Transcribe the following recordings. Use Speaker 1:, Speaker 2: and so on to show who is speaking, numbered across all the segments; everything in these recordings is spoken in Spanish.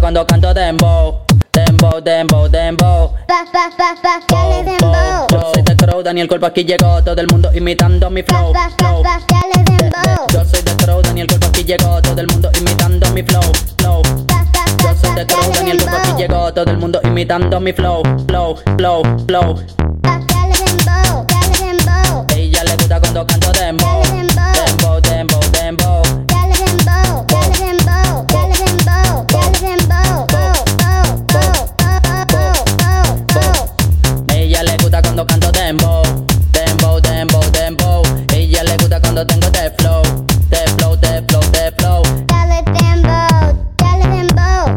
Speaker 1: cuando canto dembow. Dembow, dembow, dembow.
Speaker 2: Pa, pa, pa, pa, dale
Speaker 1: Bow,
Speaker 2: dembow.
Speaker 1: Yo soy The Crow, Daniel Cuerpo aquí llegó. Todo el mundo imitando mi
Speaker 2: Pa,
Speaker 1: flow.
Speaker 2: pa, pa,
Speaker 1: flow.
Speaker 2: pa, dale dembow.
Speaker 1: Yo soy The Crow, Daniel Cuerpo aquí llegó. Todo el mundo imitando mi flow. Flow.
Speaker 2: Pa, pa,
Speaker 1: Yo
Speaker 2: pa,
Speaker 1: soy
Speaker 2: pa,
Speaker 1: The Crow,
Speaker 2: dale
Speaker 1: Daniel Cuerpo aquí
Speaker 2: dembow.
Speaker 1: llegó. Todo el mundo imitando mi flow. Flow, flow, flow.
Speaker 2: Pa, dale dembow, dale dembow.
Speaker 1: Ella le gusta cuando canto dembow.
Speaker 2: Dale
Speaker 1: Dembow,
Speaker 2: dembow,
Speaker 1: dembow, dembow.
Speaker 2: dale dembow, dale dembow, dale dembow, dale dembow. Oh, oh, oh, oh, oh, oh, oh.
Speaker 1: Ella le gusta cuando canto dembow, dembow, dembow, dembow. Ella le gusta cuando tengo de flow, de flow, de flow, de flow.
Speaker 2: Dale dembow, dale dembow.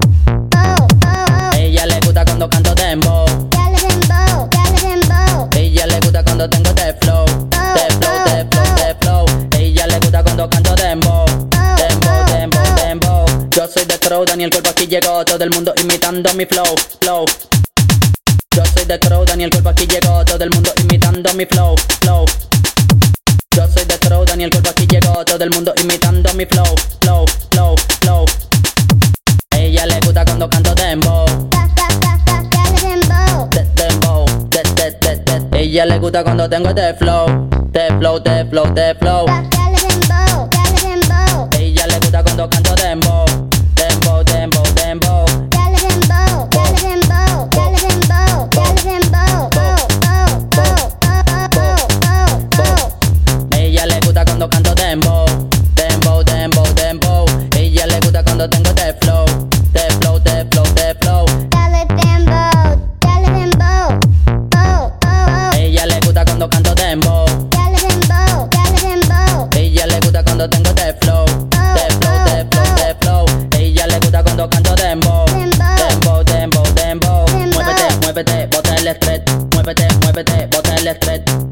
Speaker 2: Oh, oh, oh.
Speaker 1: Ella le gusta cuando canto dembow.
Speaker 2: Dale dembow, dale dembow.
Speaker 1: Ella le gusta cuando tengo de flow, de flow, de flow, de flow. Ella le gusta cuando canto dembow, dembow, dembow, dembow. Yo soy The Crow, Daniel Cuerpo aquí llegó, todo el mundo imitando mi flow, flow. Yo soy The Crow, Daniel Cuerpo aquí llegó, todo el mundo imitando mi flow, flow. Yo soy The Crow, Daniel Cuerpo aquí llegó, todo el mundo imitando mi flow, flow, flow, flow. Ella le gusta cuando canto dembow,
Speaker 2: Pa, pa, pa, pa, dale dembow.
Speaker 1: de- dembow, de- de- de- de- Ella le gusta cuando tengo de flow, de flow, de flow, de flow.
Speaker 2: Pa, dale dembow, dale dembow.
Speaker 1: Ella le gusta cuando canto dembow, dembow, dembow, dembow.
Speaker 2: Dale dembow, dale dembow, dale dembow, dale dembow. Oh, oh, oh, oh, oh, oh, oh.
Speaker 1: Ella le gusta cuando canto dembow, dembow, dembow, dembow. Ella le gusta cuando tengo de flow, de flow, de flow, de flow.
Speaker 2: Dale dembow, dale dembow. Oh, oh, oh.
Speaker 1: Ella le gusta cuando canto dembow.
Speaker 2: Dale dembow, dale dembow.
Speaker 1: Ella le gusta cuando tengo de flow, de flow, de flow, de flow. Ella le gusta cuando canto dembow.
Speaker 2: Dembow,
Speaker 1: Dembow, dembow, dembow.
Speaker 2: Dembow.
Speaker 1: Muévete, muévete, bota el estrés. Muévete, muévete, bota el estrés.